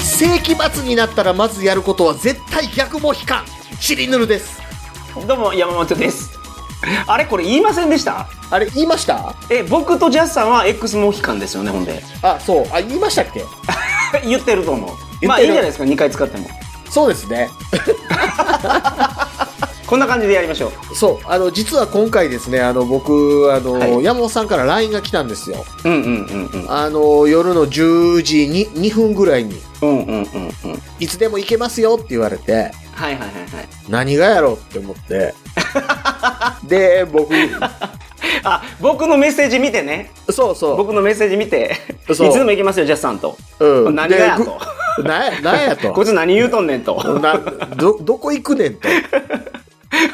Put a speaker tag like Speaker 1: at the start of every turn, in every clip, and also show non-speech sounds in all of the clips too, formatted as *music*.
Speaker 1: 世紀末になったらまずやることは絶対逆も引かんチリヌルです
Speaker 2: どうも山本です。あれこれ言いませんでした？
Speaker 1: あれ言いました
Speaker 2: え僕とジャスさんは X モヒカンですよねほんで *laughs*
Speaker 1: あそうあ言いましたっけ
Speaker 2: 言ってると思う。
Speaker 1: 言
Speaker 2: ま
Speaker 1: っ
Speaker 2: あ
Speaker 1: てる
Speaker 2: いいじゃないですか2回使っても。
Speaker 1: そうですね
Speaker 2: こんな感じでやりましょう。
Speaker 1: そうあの実は今回ですねあの僕あの、
Speaker 2: はい
Speaker 1: 山本さんから LINE が来たんですよ
Speaker 2: うんうんうんうん
Speaker 1: あの夜の10時に2分ぐらいに
Speaker 2: うんうんうんうん。
Speaker 1: いつでも行けますよって言われて
Speaker 2: はいはいはいはい。
Speaker 1: 何がやろうって思って *laughs* で僕
Speaker 2: あ僕のメッセージ見てね。
Speaker 1: そうそ
Speaker 2: 僕のメッセージ見ていつ
Speaker 1: そう
Speaker 2: でも行きますよジャスさんと。
Speaker 1: う、うん、
Speaker 2: 何がや
Speaker 1: で
Speaker 2: と。
Speaker 1: ぐなんやなんや *laughs* と
Speaker 2: *laughs* こいつ何言うとんねんと。
Speaker 1: など *laughs* どこ行くねんと。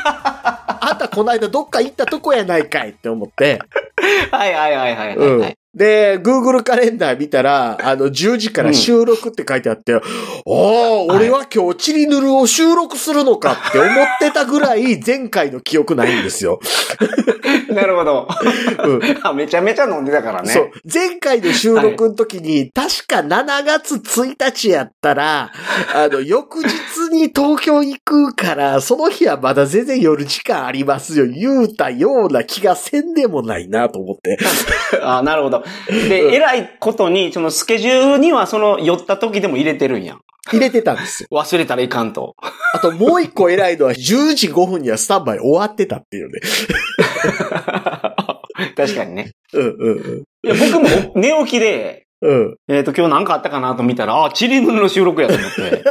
Speaker 1: あんたこの間どっか行ったとこやないかいって思って。
Speaker 2: はいはいはいはいはい、
Speaker 1: う
Speaker 2: は
Speaker 1: ん
Speaker 2: い。。
Speaker 1: で、Google カレンダー見たら、あの、10時から収録って書いてあって、ああ、俺は今日チリヌルを収録するのかって思ってたぐらい前回の記憶ないんですよ。
Speaker 2: なるほど。
Speaker 1: うん。
Speaker 2: *laughs* あめちゃめちゃ飲んでたからね。
Speaker 1: そう。前回の収録の時に、確か7月1日やったら、あの、翌日に東京行くから、その日はまだ全然夜時間ありますよ、言うたような気がせんでもないなと思って。
Speaker 2: *laughs* あなるほど。で、偉いことに、そのスケジュールにはその寄った時でも入れてるんや。
Speaker 1: 入れてたんですよ。
Speaker 2: 忘れたらいかんと。
Speaker 1: あともう一個偉いのは、10時5分にはスタンバイ終わってたっていうね。
Speaker 2: 確かにね。
Speaker 1: うんうん
Speaker 2: いや、僕もお寝起きで、
Speaker 1: うん。うん。
Speaker 2: えっ、と、今日何かあったかなと見たら、あ、チリヌルの収録やと思って。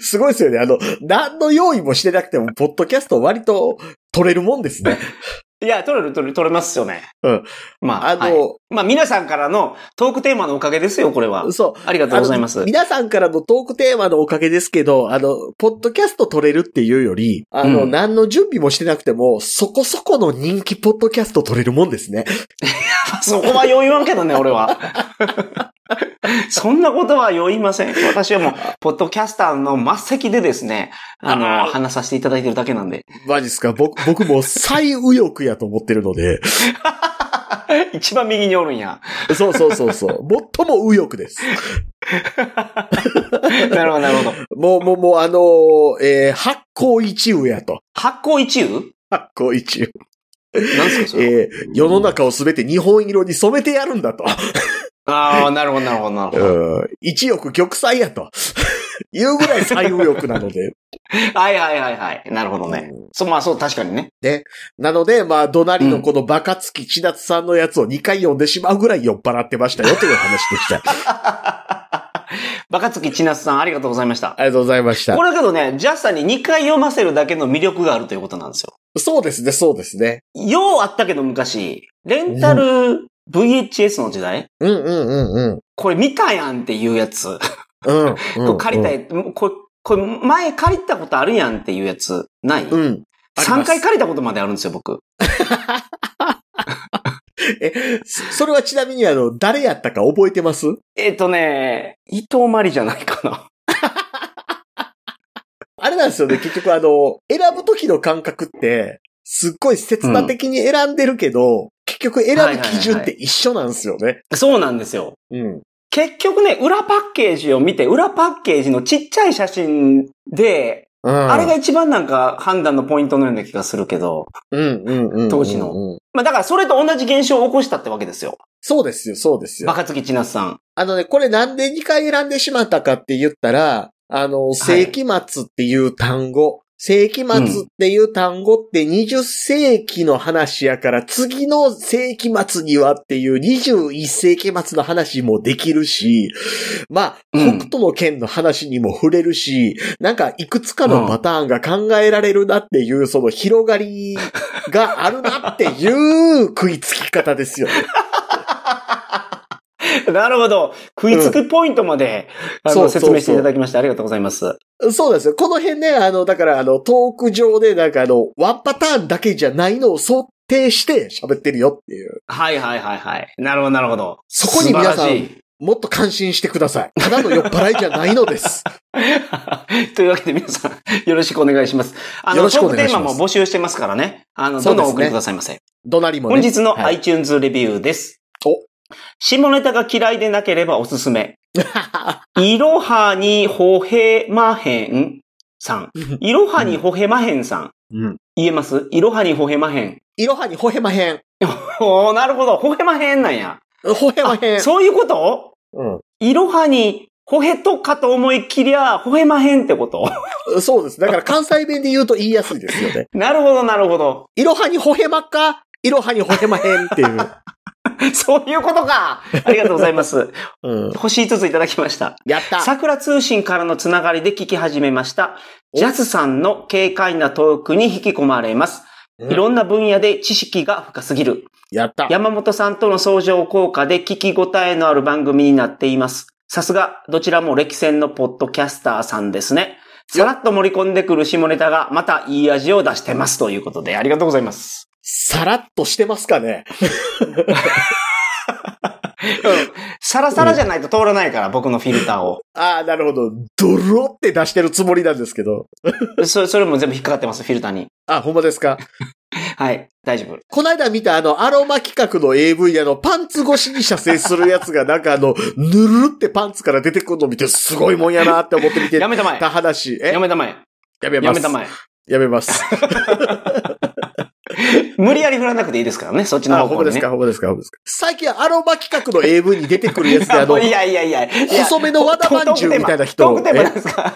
Speaker 1: すごいですよね。あの、何の用意もしてなくても、ポッドキャスト割と取れるもんですね。
Speaker 2: *laughs* いや、撮れる撮れる、撮れますよね。
Speaker 1: うん。
Speaker 2: まあ、
Speaker 1: あの、
Speaker 2: はいまあ、皆さんからのトークテーマのおかげですよ、これは。
Speaker 1: そう。
Speaker 2: ありがとうございます
Speaker 1: あの。皆さんからのトークテーマのおかげですけど、あの、ポッドキャスト撮れるっていうより、あの、
Speaker 2: うん
Speaker 1: 何の準備もしてなくても、そこそこの人気ポッドキャスト撮れるもんですね。
Speaker 2: そこはよう言わんけどね、俺は。そんなことはよう言いません。私はもう、ポッドキャスターの真っ先でですね、あの、話させていただいてるだけなんで。
Speaker 1: *laughs* マジっすか僕、僕も最右翼やと思ってるので、
Speaker 2: 一番右におるんや。
Speaker 1: *laughs* そうそうそうそう。 *laughs* 最も右翼です。
Speaker 2: なるほど、なるほど。
Speaker 1: もう、もう、もう、あのーえー発行一右やと。
Speaker 2: 発行一憂
Speaker 1: 発行一右。
Speaker 2: なんすか、それ。
Speaker 1: えー世の中をすべて日本色に染めてやるんだと。
Speaker 2: ああ、なるほど、なるほど、なるほど。
Speaker 1: うん。一翼玉砕やと。 *laughs* いうぐらい最右 *laughs* 翼なので。
Speaker 2: はいはいはいはい。なるほどね。そう、まあそう、確かにね。
Speaker 1: なので、まあ、隣のこのバカつき千夏さんのやつを2回読んでしまうぐらい酔っ払ってましたよという話で
Speaker 2: *laughs*
Speaker 1: した。あ
Speaker 2: バカつきちなつさん、ありがとうございました。
Speaker 1: りがとうございました
Speaker 2: こ。れだけどね、ジャスさんに2回読ませるだけの魅力があるということなんですよ。
Speaker 1: そうですね、そうですね。
Speaker 2: ようあったけど昔、レンタル VHS の時代、
Speaker 1: うんうんうん
Speaker 2: これ見たやんっていうやつ。
Speaker 1: うん。うん。
Speaker 2: これ借りた
Speaker 1: い。
Speaker 2: い、これ、これ前借りたことあるやんっていうやつ、ない、
Speaker 1: う
Speaker 2: ?3
Speaker 1: ん。あります
Speaker 2: 回借りたことまであるんですよ、僕。
Speaker 1: え、そそれはちなみにあの、誰やったか覚えてます
Speaker 2: えっ、とね、伊藤まりじゃないかな。
Speaker 1: あれなんですよね、結局あの、選ぶ時の感覚って、すっごい切な的に選んでるけど、結局選ぶ基準って一緒なんですよね。
Speaker 2: *laughs* そうなんですよ。
Speaker 1: うん。
Speaker 2: 結局ね、裏パッケージを見て、裏パッケージのちっちゃい写真で、
Speaker 1: あ
Speaker 2: あれが一番なんか判断のポイントのような気がするけど、
Speaker 1: うんうんうんうんうん。
Speaker 2: 当時の。まあだからそれと同じ現象を起こしたってわけですよ。
Speaker 1: そうですよ、そうですよ
Speaker 2: バ。カつきちなつさん。
Speaker 1: あのね、これなんで2回選んでしまったかって言ったら、あの、世紀末っていう単語、世紀末っていう単語って20世紀の話やから、次の世紀末にはっていう21世紀末の話もできるし、まあ、
Speaker 2: うん
Speaker 1: 北斗の剣の話にも触れるし、なんかいくつかのパターンが考えられるなっていう、その広がりがあるなっていう食いつき方ですよね。
Speaker 2: *laughs* なるほど。食いつくポイントまで、あ
Speaker 1: そう
Speaker 2: の
Speaker 1: そう
Speaker 2: 説明していただきましてありがとうございます。
Speaker 1: そうなんですよ。この辺ね、あの、だから、あの、トーク上で、なんかあの、ワンパターンだけじゃないのを想定して喋ってるよっていう。
Speaker 2: はいはいはいはい。なるほどなるほど。
Speaker 1: そこに皆さん
Speaker 2: 素晴
Speaker 1: もっと感心してください。ただの酔っ払いじゃないの *laughs* です。
Speaker 2: らしい。と *laughs* いうわけで皆さん、よろしくお願いします。あ
Speaker 1: よ
Speaker 2: の、
Speaker 1: ろしく
Speaker 2: ト
Speaker 1: お
Speaker 2: ー
Speaker 1: 願
Speaker 2: ク
Speaker 1: いしま
Speaker 2: テ
Speaker 1: す
Speaker 2: ーマも募集してますからね。あの、
Speaker 1: そ
Speaker 2: ど
Speaker 1: うんですね
Speaker 2: どんお送りくださいませ。
Speaker 1: どなりもね。
Speaker 2: 本日の
Speaker 1: はい
Speaker 2: iTunes レビューです。下ネタが嫌いでなければおすすめ。
Speaker 1: *laughs*
Speaker 2: いろはにほへまへんさ
Speaker 1: *laughs*
Speaker 2: ん。いろはにほへまへんさん。
Speaker 1: うん。
Speaker 2: 言えますいろはにほへまへん。
Speaker 1: いろはにほへまへん。
Speaker 2: おー、なるほど。ほへまへんなんや。
Speaker 1: ほへまへん。
Speaker 2: そういうこと
Speaker 1: う
Speaker 2: いろはにほへとかと思いきりゃ、ほへまへんってこと *laughs*
Speaker 1: ん。そうです。だから関西弁で言うと言いやすいです *laughs* よね。
Speaker 2: なるほど、なるほど。
Speaker 1: いろはにほへまっかいろはにほへまへん *laughs* っていう。
Speaker 2: そういうことかありがとうござ
Speaker 1: *laughs*
Speaker 2: います。
Speaker 1: うん。
Speaker 2: 星5ついただきました。
Speaker 1: やった。
Speaker 2: 桜通信からのつながりで聞き始めました。ジャズさんの軽快なトークに引き込まれます。
Speaker 1: うん
Speaker 2: いろんな分野で知識が深すぎる。
Speaker 1: やった。
Speaker 2: *laughs* 山本さんとの相乗効果で聞き応えのある番組になっています。さすが、どちらも歴戦のポッドキャスターさんですね。さらっと盛り込んでくる下ネタがまたいい味を出してますということで、ありがとうございます。
Speaker 1: さらっとしてますかね。
Speaker 2: サラサラじゃないと通らないから、僕のフィルターを。
Speaker 1: ああ、なるほど。ドロって出してるつもりなんですけど。
Speaker 2: *laughs* そそれも全部引っかかってます、フィルターに。
Speaker 1: あ、ほんまですか。
Speaker 2: はい、大丈夫。
Speaker 1: こないだ見たあの、アロマ企画の AV であの、パンツ越しに射精するやつがなんかあの、ぬるってパンツから出てくるの見てすごいもんやなって思って見て
Speaker 2: やめたまえ
Speaker 1: た。話。え
Speaker 2: やめたまえ。
Speaker 1: やめ
Speaker 2: や
Speaker 1: ま
Speaker 2: め
Speaker 1: す
Speaker 2: た。まえ。
Speaker 1: やめます。
Speaker 2: 無理やり振らなくていいですからね、そっち
Speaker 1: あ、
Speaker 2: の方
Speaker 1: ほんまで
Speaker 2: 向に
Speaker 1: す
Speaker 2: ね
Speaker 1: か、。ほんまですか、ほんまですか。最近アロマ企画の AV に出てくるやつで
Speaker 2: *laughs*
Speaker 1: あの、
Speaker 2: いやいやいや。いや
Speaker 1: 細めの和田まんじゅうみたいな人
Speaker 2: トークテーマなんですか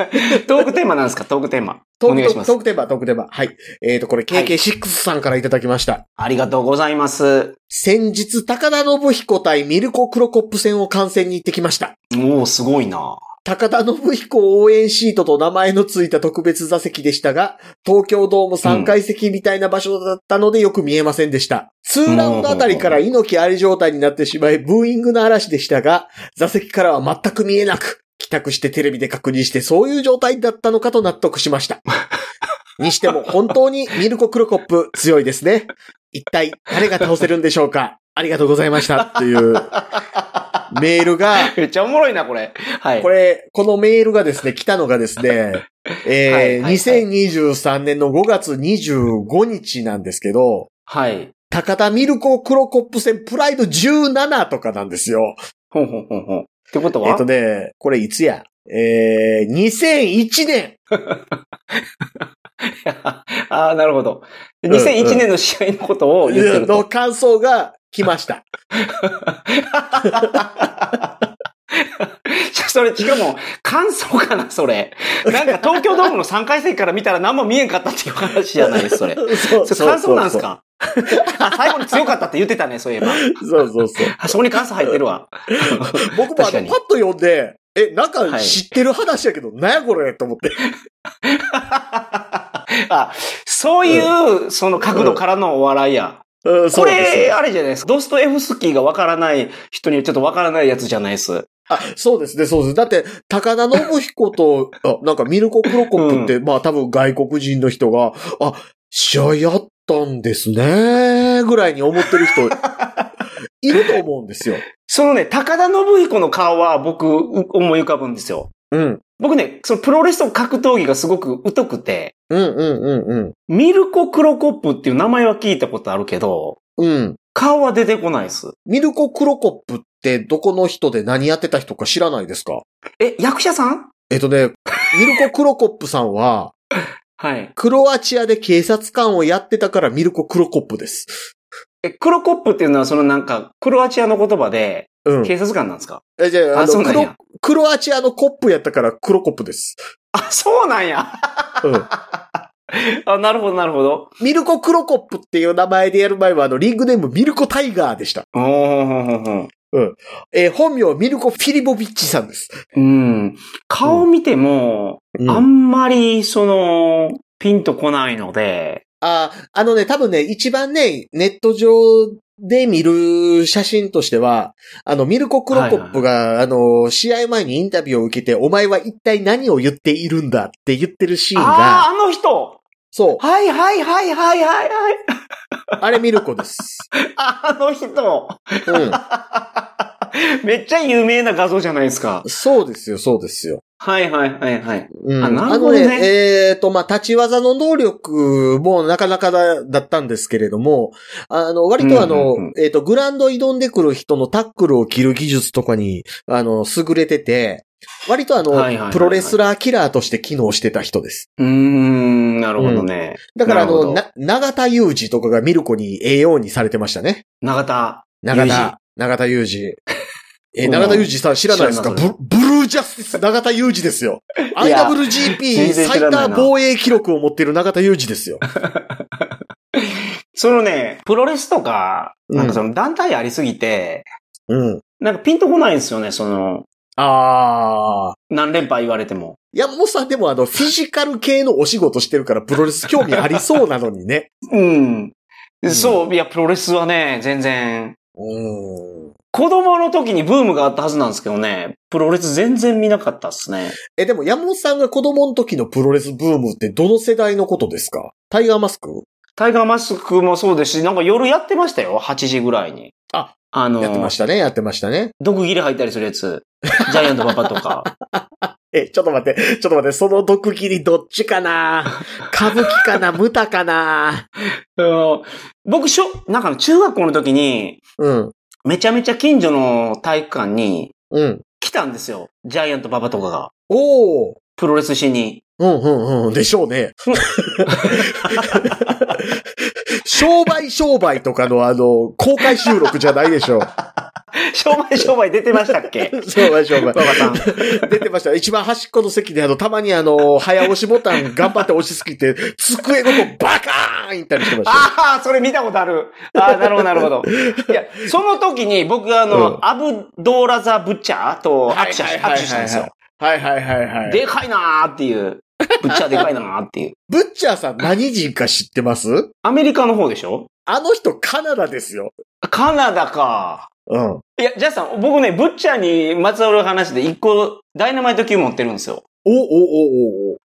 Speaker 2: トークテーマなんですかトークテーマ。
Speaker 1: ト
Speaker 2: お願いし
Speaker 1: ーク
Speaker 2: ま
Speaker 1: ト
Speaker 2: す
Speaker 1: ー。クテーマ、トークテーマ。はい。えっ、と、これ KK6 さんからいただきました。
Speaker 2: ありがとうございます。
Speaker 1: 先日、高田信彦対ミルコ・クロコップ戦を観戦に行ってきました。
Speaker 2: もうすごいな。
Speaker 1: 高田信彦応援シートと名前のついた特別座席でしたが、東京ドーム3階席みたいな場所だったのでよく見えませんでした。2ラウンドあたりから猪木あり状態になってしまい、ブーイングの嵐でしたが、座席からは全く見えなく、帰宅してテレビで確認してそういう状態だったのかと納得しました。にしても本当にミルコ・クロコップ強いですね。一体誰が倒せるんでしょうかありがとうございましたっていうメールが
Speaker 2: めっちゃおもろいな、これ。はい。
Speaker 1: これ、このメールがですね、来たのがです
Speaker 2: *laughs*
Speaker 1: ね、えー
Speaker 2: はいはいはい
Speaker 1: 2023年の5月25日なんですけど、
Speaker 2: はい。
Speaker 1: 高田ミルコクロコップ戦プライド17とかなんですよ。
Speaker 2: ほんほんほんほん。ってこと *laughs* は、
Speaker 1: えっとね、これいつやえー、2001年。
Speaker 2: ああ、なるほど。2001年の試合のことを言ってる
Speaker 1: の
Speaker 2: と。
Speaker 1: 感想が来ました。
Speaker 2: *laughs* それ、しかも、感想かな、そ *laughs* れ。なんか東京ドームの3階席から見たら何も見えんかったっていう話じゃない *laughs* *laughs* です、それ。
Speaker 1: そう
Speaker 2: それ感想なんですか *laughs* あ最後に強かったって言ってたね、そういえば。
Speaker 1: そうそうそう。
Speaker 2: あそこに感想入ってる *laughs* わ。
Speaker 1: 僕もあ
Speaker 2: 確か
Speaker 1: の、
Speaker 2: に
Speaker 1: パッと読んで、え、なんか
Speaker 2: はい
Speaker 1: 知ってる話やけど、なんやこれと思って。
Speaker 2: あ、そういう、その角度からのお笑いや。
Speaker 1: うん、
Speaker 2: こ
Speaker 1: そうなんです
Speaker 2: れ、
Speaker 1: よ
Speaker 2: あれじゃないですか。ドストエフスキーがわからない人にはちょっとわからないやつじゃないです。
Speaker 1: あ、そうですね、そうです。だって、高田信彦と、あなんかミルコ・クロコップって、まあ多分外国人の人が、あ、試合やったんですね、ぐらいに思ってる
Speaker 2: *laughs*
Speaker 1: 人、いると思うんですよ。
Speaker 2: そのね、高田信彦の顔は僕、う思い浮かぶんですよ。
Speaker 1: うん。
Speaker 2: 僕ね、そのプロレスと格闘技がすごく疎くて、
Speaker 1: うんうんうん
Speaker 2: ミルコ・クロコップっていう名前は聞いたことあるけど、
Speaker 1: うん。うん。
Speaker 2: 顔は出てこないです。
Speaker 1: ミルコ・クロコップってどこの人で何やってた人か知らないですか
Speaker 2: え、役者さん
Speaker 1: えっとね、ミルコ・クロコップさんは、
Speaker 2: はい。
Speaker 1: クロアチアで警察官をやってたからミルコ・クロコップです。
Speaker 2: え、クロコップっていうのはそのなんか、クロアチアの言葉で、
Speaker 1: うん。
Speaker 2: 警察官なんですか、
Speaker 1: えじゃあ、あ
Speaker 2: あ、そう
Speaker 1: の、
Speaker 2: な
Speaker 1: クロ
Speaker 2: んや、。
Speaker 1: クロアチアのコップやったからクロコップです。
Speaker 2: あ、そうなんや。
Speaker 1: *laughs* うん
Speaker 2: あ、なるほど、なるほど。
Speaker 1: ミルコ・クロコップっていう名前でやる前は、あの、リングネームミルコ・タイガーでした。
Speaker 2: おーほんほんほん
Speaker 1: えー本名ミルコ・フィリボビッチさんです。
Speaker 2: うん。顔見ても、
Speaker 1: うん
Speaker 2: あんまり、その、ピンとこないので、
Speaker 1: あー、あのね、多分ね、一番ね、ネット上で見る写真としては、あの、ミルコ・クロコップが、あの、試合前にインタビューを受けて、お前は一体何を言っているんだって言ってるシーン
Speaker 2: あ
Speaker 1: が、
Speaker 2: あ、あの人
Speaker 1: そう、
Speaker 2: はいはいはいはいはいはい。
Speaker 1: あれミルコです。
Speaker 2: ああの人
Speaker 1: うん。
Speaker 2: めっちゃ有名な画像じゃないですか。
Speaker 1: そうですよ、そうですよ。
Speaker 2: はいはいはいはい。
Speaker 1: うん。
Speaker 2: あな
Speaker 1: の
Speaker 2: るほどね
Speaker 1: ね、えっ、と、まあ、立ち技の能力もなかなかだだったんですけれども、あの、割とあの、
Speaker 2: うんうんうん
Speaker 1: えっ、と、グラウンド挑んでくる人のタックルを切る技術とかに、あの、優れてて、割とあの、
Speaker 2: はいはいはいはい
Speaker 1: プロレスラーキラーとして機能してた人です。
Speaker 2: うーん、なるほどね。
Speaker 1: だからあ
Speaker 2: なるほ
Speaker 1: の、
Speaker 2: ど
Speaker 1: な、長田裕二とかがミルコに栄養にされてましたね。
Speaker 2: 長田。
Speaker 1: 長
Speaker 2: 裕二
Speaker 1: 田、長田裕
Speaker 2: *laughs*
Speaker 1: 二。え、
Speaker 2: うん
Speaker 1: 長田裕二さん知らないですか
Speaker 2: 知らない
Speaker 1: ブブルージャスティス、長田裕二ですよ。
Speaker 2: いや
Speaker 1: IWGP
Speaker 2: 全然
Speaker 1: 最
Speaker 2: 知らない
Speaker 1: 多
Speaker 2: な
Speaker 1: 防衛記録を持っている長田裕二ですよ。
Speaker 2: そのね、プロレスとか、
Speaker 1: うん
Speaker 2: なんかその団体ありすぎて、
Speaker 1: うん。
Speaker 2: なんかピンとこないんですよね、その、
Speaker 1: あー。
Speaker 2: 何連覇言われても。
Speaker 1: 山本さんでもあの、フィジカル系のお仕事してるからプロレス興味ありそうなのにね。 *laughs*
Speaker 2: うん。
Speaker 1: うん
Speaker 2: そう、いや、プロレスはね、全然、
Speaker 1: うん。
Speaker 2: 子供の時にブームがあったはずなんですけどね、プロレス全然見なかったっすね。
Speaker 1: え、でも山本さんが子供の時のプロレスブームってどの世代のことですかタイガーマスク
Speaker 2: タイガーマスクもそうですし、なんか夜やってましたよ、8時ぐらいに。
Speaker 1: あ、
Speaker 2: あの、
Speaker 1: やってましたね、やってましたね。
Speaker 2: 毒切れ入ったりする
Speaker 1: *laughs*
Speaker 2: やつ。ジャイアントパパとか。
Speaker 1: え、ちょっと待って、ちょっと待って、その毒切りどっちか
Speaker 2: *laughs*
Speaker 1: な歌舞伎かなムタかな
Speaker 2: あの僕、しょ、なんか中学校の時に、
Speaker 1: うん、
Speaker 2: めちゃめちゃ近所の体育館に
Speaker 1: うん。
Speaker 2: 来たんですよ。ジャイアントパパとかが。
Speaker 1: おー
Speaker 2: プロレスしに。
Speaker 1: *laughs* うん、うん、うん、でしょうね。
Speaker 2: *laughs*
Speaker 1: 商売商売とかのあの、公開収録じゃないでしょ
Speaker 2: *laughs*
Speaker 1: う。
Speaker 2: 商売商売出てました
Speaker 1: *laughs*
Speaker 2: っけ
Speaker 1: 商売商売
Speaker 2: パ。パさん。
Speaker 1: 出てました。一番端っこの席であの、たまにあの、早押しボタン頑張って押しすぎて、机ごとバカーンいったりしてました。
Speaker 2: ああ、それ見たことある。ああ、なるほど、なるほど。いや、その時に僕があの、
Speaker 1: うん
Speaker 2: アブドーラザ・ブッチャーと握手し
Speaker 1: はいは
Speaker 2: 握
Speaker 1: いはいはい
Speaker 2: 手したんですよ。
Speaker 1: はいはいはいはい。
Speaker 2: でかいなーっていう。ブッチャーでかいなーっていう。
Speaker 1: ブッチャーさん何人か知ってます
Speaker 2: アメリカの方でしょ
Speaker 1: あの人カナダですよ。
Speaker 2: カナダか。
Speaker 1: うん。
Speaker 2: いや、ジャスさん、僕ね、ブッチャーにまつわる話で一個、ダイナマイト級持ってるんですよ。
Speaker 1: お、お、お、お、お。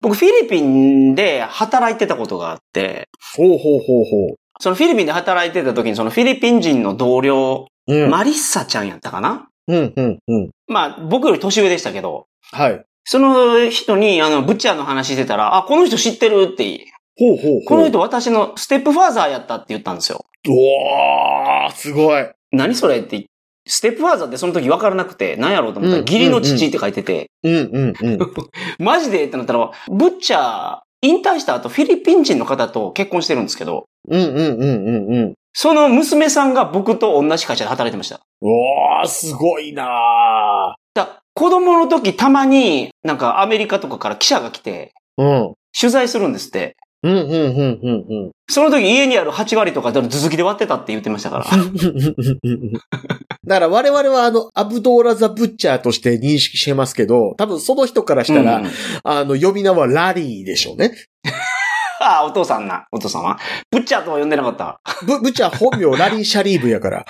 Speaker 2: 僕、フィリピンで働いてたことがあって、
Speaker 1: ほうほうほうほ
Speaker 2: そのフィリピンで働いてた時に、そのフィリピン人の同僚、
Speaker 1: う。うん。
Speaker 2: マリッサちゃんやったかな
Speaker 1: うん、うん、うん。
Speaker 2: まあ、僕より年上でしたけど、
Speaker 1: はい。
Speaker 2: その人に、あの、ブッチャーの話してたら、あ、この人知ってるって、
Speaker 1: ほうほうほう。
Speaker 2: この人私のステップファーザーやったって言ったんですよ。
Speaker 1: おー、すごい。
Speaker 2: 何それって、ステップファーザーってその時分からなくて、何やろうと思ったら、
Speaker 1: うん
Speaker 2: 義理の父って書いてて、
Speaker 1: うん、うん、うん。
Speaker 2: マジでってなったら、ブッチャー、引退した後、フィリピン人の方と結婚してるんですけど、
Speaker 1: うん、うん、うん、うん、うん。
Speaker 2: その娘さんが僕と同じ会社で働いてました。
Speaker 1: おー、すごいな
Speaker 2: だ子供の時たまになんかアメリカとかから記者が来て
Speaker 1: ー。うん。
Speaker 2: 取材するんですって。
Speaker 1: うん、うん、うん、うん、 *laughs* うん。
Speaker 2: その時家にある8割とか全部続きで割ってたって言ってまし
Speaker 1: *laughs*
Speaker 2: たから。
Speaker 1: だから我々はあの、アブドーラザ・ブッチャーとして認識してますけど、多分その人からしたら、
Speaker 2: うんうん
Speaker 1: あの、呼び名はラリーでしょうね。
Speaker 2: ああ、お父さんな。お父さんはブッチャーとは呼んでなかった。
Speaker 1: ブブッチャー本名ラリー・シャリーブやから。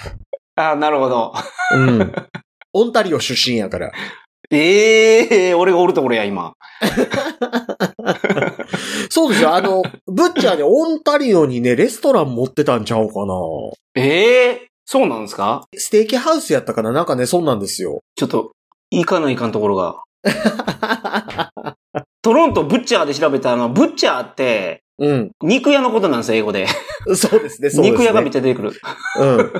Speaker 2: ああ、なるほど。 *laughs*
Speaker 1: うん。オンタリオ出身やから。
Speaker 2: ええ俺がおるところや、今。
Speaker 1: そうですよ。あの、ブッチャーでオンタリオにね、レストラン持ってたんちゃうかな。
Speaker 2: ええそうなんですか
Speaker 1: ステーキハウスやったかななんかね、そうなんです
Speaker 2: *laughs*
Speaker 1: よ。
Speaker 2: ちょっと、行かないかんところが。トロントブッチャーで調べたあの、ブッチャーって、
Speaker 1: うん。
Speaker 2: 肉屋のことなんですよ、英語で。
Speaker 1: そうですね、そうですね。
Speaker 2: 肉屋がめっちゃ出てくる。
Speaker 1: うん。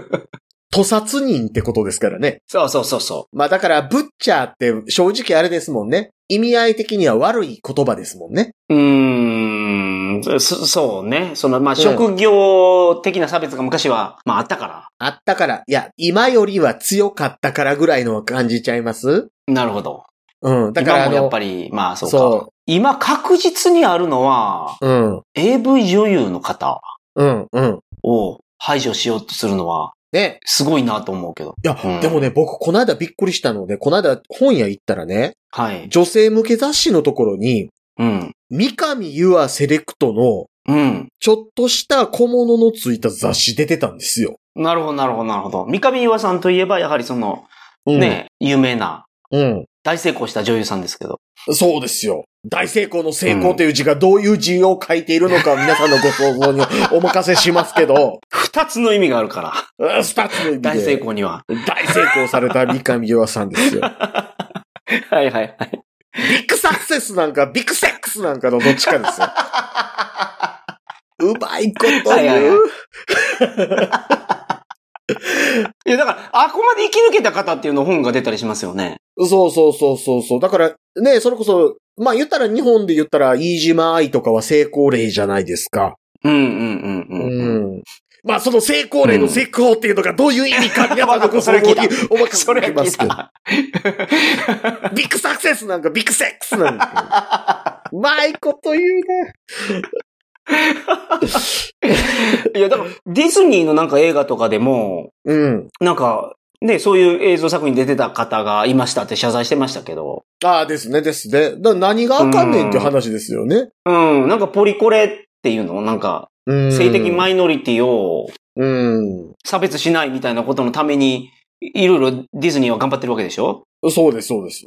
Speaker 1: 屠殺人ってことですからね。
Speaker 2: そうそうそうそう。
Speaker 1: まあだから、ブッチャーって正直あれですもんね。意味合い的には悪い言葉ですもんね。
Speaker 2: うーん、そそうね。その、まあ、
Speaker 1: ん
Speaker 2: 職業的な差別が昔は、まあ、あったか
Speaker 1: あったから、いや、今よりは強かったからぐらいのは感じちゃいます
Speaker 2: ら。なるほど。
Speaker 1: うん。だから、
Speaker 2: 今
Speaker 1: あ
Speaker 2: もやっ
Speaker 1: の
Speaker 2: ぱ、り、まあ、そうか。
Speaker 1: そ
Speaker 2: 今、確実にあるのは、
Speaker 1: うん。
Speaker 2: AV 女優の方
Speaker 1: うん、うん。
Speaker 2: を排除しようとするのは、
Speaker 1: ね。
Speaker 2: すごいなと思うけど。
Speaker 1: いや、
Speaker 2: うん
Speaker 1: でもね、僕、この間びっくりしたので、この間本屋行ったらね、
Speaker 2: はい。
Speaker 1: 女性向け雑誌のところに、
Speaker 2: うん。
Speaker 1: 三上優愛セレクトの、
Speaker 2: うん。
Speaker 1: ちょっとした小物のついた雑誌出てたんですよ。
Speaker 2: なるほど、なるほど、なるほど。三上岩さんといえば、やはりその、
Speaker 1: うん、
Speaker 2: ね、有名な、
Speaker 1: うん。
Speaker 2: 大成功した女優さんですけど。
Speaker 1: そうですよ。大成功の成
Speaker 2: *laughs*
Speaker 1: 功という字がどういう字を書いているのか皆さんのご想像にお任せしますけど、
Speaker 2: 二二つの意味があるから。
Speaker 1: うん二つの意味で
Speaker 2: 大成。功には。
Speaker 1: 大成功された三上洋さんですよ。
Speaker 2: はいはいはい。
Speaker 1: ビッグサクセスなんか、ビッグセックスなんかのどっちかです
Speaker 2: *laughs*
Speaker 1: よ。うまいこと
Speaker 2: はいはい
Speaker 1: 言
Speaker 2: は
Speaker 1: う。
Speaker 2: いや、だから、あここまで生き抜けた方っていうの本が出たりしますよね。
Speaker 1: そうそうそうそうそう。だから、ね、それこそ、まあ言ったら日本で言ったら、飯島愛とかは成功例じゃないですか。
Speaker 2: うんうんうん
Speaker 1: う
Speaker 2: うん。
Speaker 1: ん。まあその成功例の成功っていうのがどういう意味か、皆さんの
Speaker 2: うんそれ聞いた
Speaker 1: お任
Speaker 2: そ
Speaker 1: せ
Speaker 2: れ
Speaker 1: し
Speaker 2: は
Speaker 1: ま
Speaker 2: 聞い
Speaker 1: すけど。 *laughs*
Speaker 2: た。
Speaker 1: ビッグサクセスなんかビッグセックスなんか。
Speaker 2: *laughs*
Speaker 1: うまいこと言うね。
Speaker 2: いや、だから、ディズニーのなんか映画とかでも、
Speaker 1: うん。
Speaker 2: なんか、ね、そういう映像作品に出てた方がいましたって謝罪してましたけど。
Speaker 1: ああ、ですね、ですね。だから何があかんねんっていう話ですよね。
Speaker 2: うん、なんかポリコレっていうのなんか、
Speaker 1: うん。
Speaker 2: 性的マイノリティを
Speaker 1: うん。
Speaker 2: 差別しないみたいなことのために、いろいろディズニーは頑張ってるわけでしょ
Speaker 1: そうです、そうです。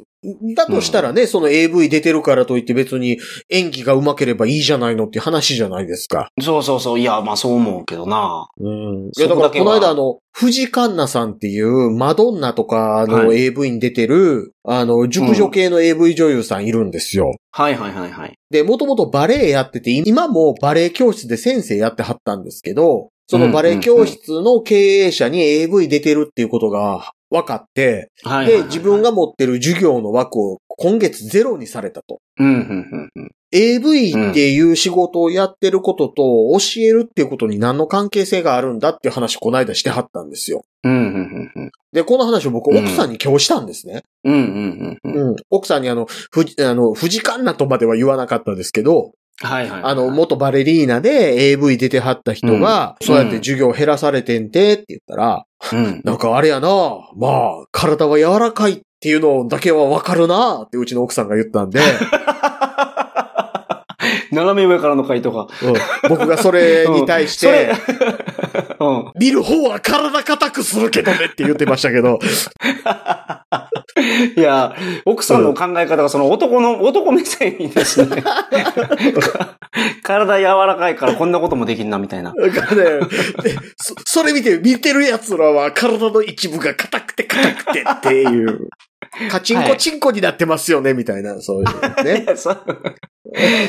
Speaker 1: だとしたらね、その AV 出てるからといって別に演技が上手ければいいじゃないのっていう話じゃないですか。
Speaker 2: そうそうそう。いや、まあそう思うけどな。
Speaker 1: うん。い
Speaker 2: そ
Speaker 1: や、だ
Speaker 2: こ
Speaker 1: から
Speaker 2: だけは
Speaker 1: この間あの、藤井環奈さんっていうマドンナとかの
Speaker 2: は
Speaker 1: AV に出てる、あの、熟女系の AV 女優さんいるんですよ。
Speaker 2: はいはいはいはい。
Speaker 1: で、もともとバレエやってて、今もバレエ教室で先生やってはったんですけど、そのバレエ教室の経営者に AV 出てるっていうことが分かって、
Speaker 2: はいはいは
Speaker 1: で、
Speaker 2: い
Speaker 1: 自分、が持ってる授業の枠を今月ゼロにされたと。
Speaker 2: うん、うん、うん。
Speaker 1: AV っていう仕事をやってることと教えるっていうことに何の関係性があるんだっていう話をこの間してはったんですよ。
Speaker 2: うん、うん、うんうん。
Speaker 1: で、この話を僕
Speaker 2: うん
Speaker 1: 奥さんに今日したんですね。
Speaker 2: うん、うん、うんうん。
Speaker 1: うん。奥さんにあの、ふじ、あの、藤カンナとまでは言わなかったですけど、
Speaker 2: はいはいはい。
Speaker 1: あの、元バレリーナで AV 出てはった人が、
Speaker 2: うん
Speaker 1: そうやって授業を減らされてんてって言ったら、
Speaker 2: うん。
Speaker 1: なんかあれやなまあ、体は柔らかいっていうのだけはわかるなってうちの奥さんが言ったんで、
Speaker 2: 斜め上からの回答が。
Speaker 1: うん僕がそれに対し
Speaker 2: そ
Speaker 1: て、
Speaker 2: れうん。
Speaker 1: 見る方は体硬くするけどねって言ってましたけど。
Speaker 2: いや、奥さんの考え方がその男の、男目線にですね。 *laughs* 体柔らかいからこんなこともできるな、みたいな。
Speaker 1: なんかねでそそれ見て、見てる奴らは体の一部が硬くて硬くてっていう。カチンコチンコになってますよね、みたいな、そういう *laughs* ね。
Speaker 2: そう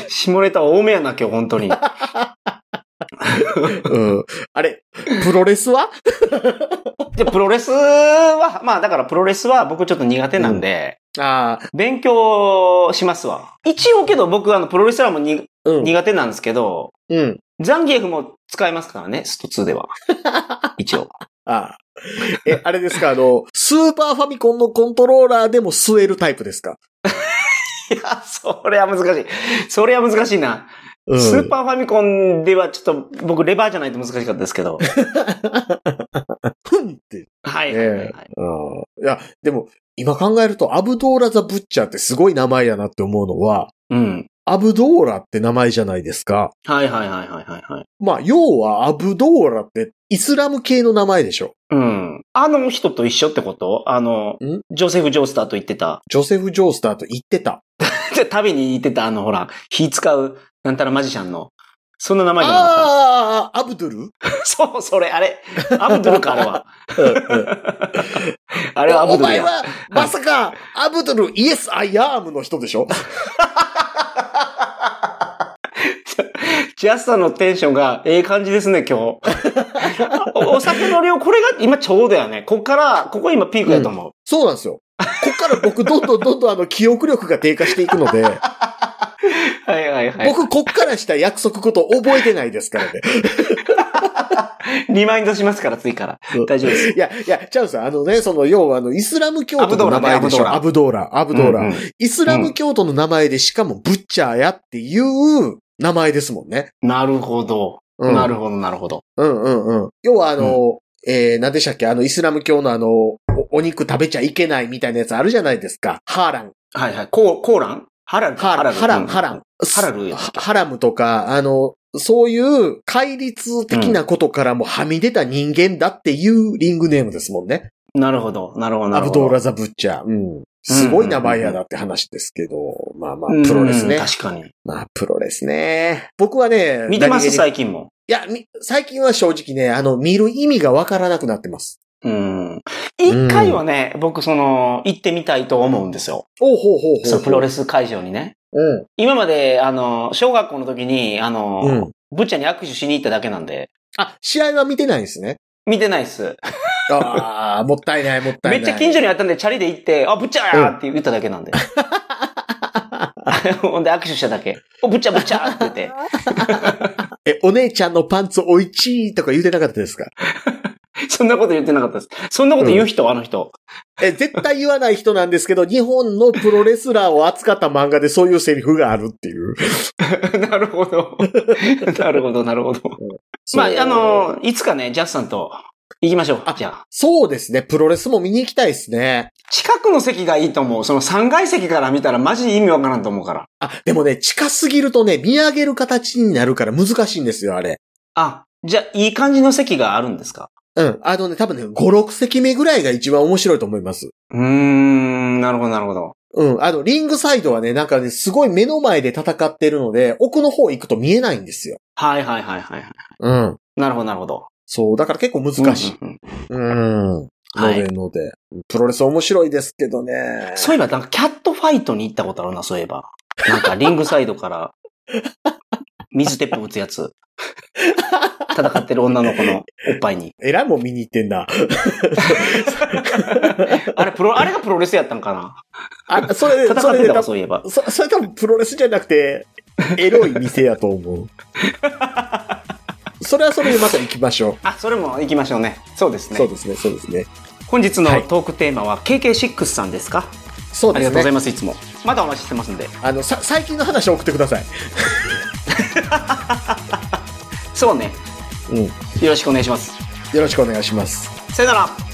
Speaker 2: 下ネタ多めやな、今日、本当 *laughs* に。
Speaker 1: うん。あれ、プロレスは
Speaker 2: で、プロレスは、まあだからプロレスは僕ちょっと苦手なんで、
Speaker 1: ああ、
Speaker 2: 勉強しますわ。一応けど僕あのプロレスラーもに
Speaker 1: うん。
Speaker 2: 苦手なんですけど、
Speaker 1: うん。
Speaker 2: ザンギエフも使えますからね、スト2では。 *laughs* 一応。
Speaker 1: ああ。え、あれですか、あの、スーパーファミコンのコントローラーでも吸えるタイプですか、
Speaker 2: いや、それは難しい。それは難しいな。
Speaker 1: うん、
Speaker 2: スーパーファミコンではちょっと僕レバーじゃないと難しかったですけ *laughs* ど。
Speaker 1: ーフンって。
Speaker 2: はい
Speaker 1: ね
Speaker 2: はいはい
Speaker 1: え
Speaker 2: は
Speaker 1: うん
Speaker 2: い。
Speaker 1: いや、でも、今考えると、アブドーラ・ザ・ブッチャーってすごい名前やなって思うのは、
Speaker 2: うん。
Speaker 1: アブドーラって名前じゃないですか。
Speaker 2: はいはいはいはいはいはい。
Speaker 1: まあ、要はアブドーラってイスラム系の名前でしょ。
Speaker 2: うん。あの人と一緒ってことあの
Speaker 1: ん、
Speaker 2: ジョセフ・ジョースターと言ってた。 *laughs*
Speaker 1: ジョセフ・ジョースターと言ってた。
Speaker 2: で、旅に行ってた、あの、ほら、火使う、なんたらマジシャンの。そんな名前じゃなかっ
Speaker 1: ああ、アブドゥル
Speaker 2: た。 *laughs* そう、それ、あれ。アブドゥルか、あれは。あ
Speaker 1: あ
Speaker 2: れはアブ
Speaker 1: *laughs* お
Speaker 2: ドゥル
Speaker 1: 前
Speaker 2: や。
Speaker 1: は、まさか、アブドゥル、イエス・アイ・アームの人でしょ
Speaker 2: ジャスさんのテンションが、ええ感じですね、今日。 *laughs* おお酒の量、これが今ちょうどやね。こっから、ここ今ピークやと思う。
Speaker 1: そうなんですよ。こっから僕、どんどんどんどんあの、記憶力が低下していくので、
Speaker 2: はいはいはい。
Speaker 1: 僕、こっからした約束こと覚えてないですからね。
Speaker 2: リマインドしますから、次から
Speaker 1: そう。
Speaker 2: 大丈夫です。
Speaker 1: いや、いや、チャンさん、あのね、その、要は、あの、イスラム教徒の名前でしょ。ア
Speaker 2: ア
Speaker 1: ブドーラ、アブドーラ。
Speaker 2: うんうん
Speaker 1: イスラム教徒の名前で、しかも、ブッチャーやっていう名前ですもんね。
Speaker 2: なるほど。
Speaker 1: うん、
Speaker 2: なるほど、なるほど。
Speaker 1: うんうんうん。要は、あの、えー、何でしたっけあの、イスラム教のあの、おお肉食べちゃいけないみたいなやつあるじゃないですか。ハーラン。
Speaker 2: はいはい。コーコーランハラル
Speaker 1: ハーラン、ハラ
Speaker 2: うん
Speaker 1: ン、ハラン。
Speaker 2: ハラルやったっけ
Speaker 1: ハラムとか、あの、そういう戒律的なことからもはみ出た人間だっていうリングネームですもんね。
Speaker 2: なるほど、なるほど、な
Speaker 1: ア
Speaker 2: るほ
Speaker 1: ブ
Speaker 2: ど。
Speaker 1: ドーラ・ザ・ブッチャー。うん。すごい名前やなって話ですけど、まあまあ、プロレス
Speaker 2: う
Speaker 1: ね
Speaker 2: ん。確かに。
Speaker 1: まあ、プロレスね。僕はね、
Speaker 2: 見てます
Speaker 1: 何気に
Speaker 2: 最近も。
Speaker 1: いや、み最近は正直ね、あの、見る意味がわからなくなってます。
Speaker 2: うん。一回はね、僕その、行ってみたいと思うんですよ。
Speaker 1: おうほうほうほう。
Speaker 2: そのプロレ
Speaker 1: ス。
Speaker 2: ス会場にね。
Speaker 1: うん。
Speaker 2: 今まで、あの、小学校の時に、あの、
Speaker 1: うん
Speaker 2: ぶっちゃんに握手しに行っただけなんで、
Speaker 1: あ、試合は見てないんですね。
Speaker 2: 見てないっす。
Speaker 1: あ *laughs* あ、もったいない、もった
Speaker 2: め
Speaker 1: *laughs* いない。
Speaker 2: っちゃ近所にあったんで、チャリで行って、あ、ぶっちゃーって言っただけなんで。 *laughs* ほんで握手しただけ。お、ぶっちゃぶっちゃーって言って。
Speaker 1: え、お姉ちゃんのパンツおいちいとか言うてなかったですか
Speaker 2: そんなこと言ってなかったです。そんなこと言う人、あの人。 *laughs*
Speaker 1: え、絶対言わない人なんですけど、日本のプロレスラーを扱った漫画でそういうセリフがあるっていう。
Speaker 2: なるほど。 *laughs* なるほど、なるほど。まあ、あ、の、いつかね、ジャスさんと行きましょう。じゃあ。
Speaker 1: そうですね、プロレスも見に行きたいですね。
Speaker 2: 近くの席がいいと思う。その3階席から見たらマジで意味わからんと思うから。
Speaker 1: あ、でもね、近すぎるとね、見上げる形になるから難しいんですよ、あれ。
Speaker 2: あ、じゃあ、いい感じの席があるんですか
Speaker 1: うん。あのね、多分ね、5、6席目ぐらいが一番面白いと思います。
Speaker 2: うーん、なるほど、なるほど。
Speaker 1: うん。あの、リングサイドはね、なんかね、すごい目の前で戦ってるので、奥の方行くと見えないんですよ。
Speaker 2: はいはいはいはい。
Speaker 1: うん。
Speaker 2: なるほど、なるほど。
Speaker 1: そう、だから結構難しい。
Speaker 2: うんうんうん
Speaker 1: うん。の
Speaker 2: はい
Speaker 1: でので、プロレス面白いですけどね。
Speaker 2: そういえば、なんかキャットファイトに行ったことあるな、そういえば。なんかリングサイドから、水鉄砲打つやつ。戦ってる女の子のおっぱいに。
Speaker 1: えらいもん見に行ってんだ。
Speaker 2: あれ、プロ、あれがプロレスやったんかな
Speaker 1: あ、それで、そ
Speaker 2: 戦っ
Speaker 1: れ
Speaker 2: て
Speaker 1: で
Speaker 2: たわ、
Speaker 1: 多
Speaker 2: そういえば。
Speaker 1: 分、そそれ多分プロレスじゃなく
Speaker 2: *laughs*
Speaker 1: て、エロい店やと思う。それはそれでまた行きましょ
Speaker 2: あ、それも行きましょうね。そうです
Speaker 1: う。
Speaker 2: ね
Speaker 1: そう。ですね、そうですね。
Speaker 2: 本日の
Speaker 1: はい
Speaker 2: トークテーマは KK6 さんですか、
Speaker 1: そう
Speaker 2: あ
Speaker 1: で
Speaker 2: りが
Speaker 1: す
Speaker 2: とうござい
Speaker 1: ね。
Speaker 2: ますいつもまだお待ちしてますんで
Speaker 1: あの、さ、最近の話を送ってください。
Speaker 2: そうね
Speaker 1: うん。よ
Speaker 2: よろしくお願いします
Speaker 1: ろしくお願いします。
Speaker 2: さよなら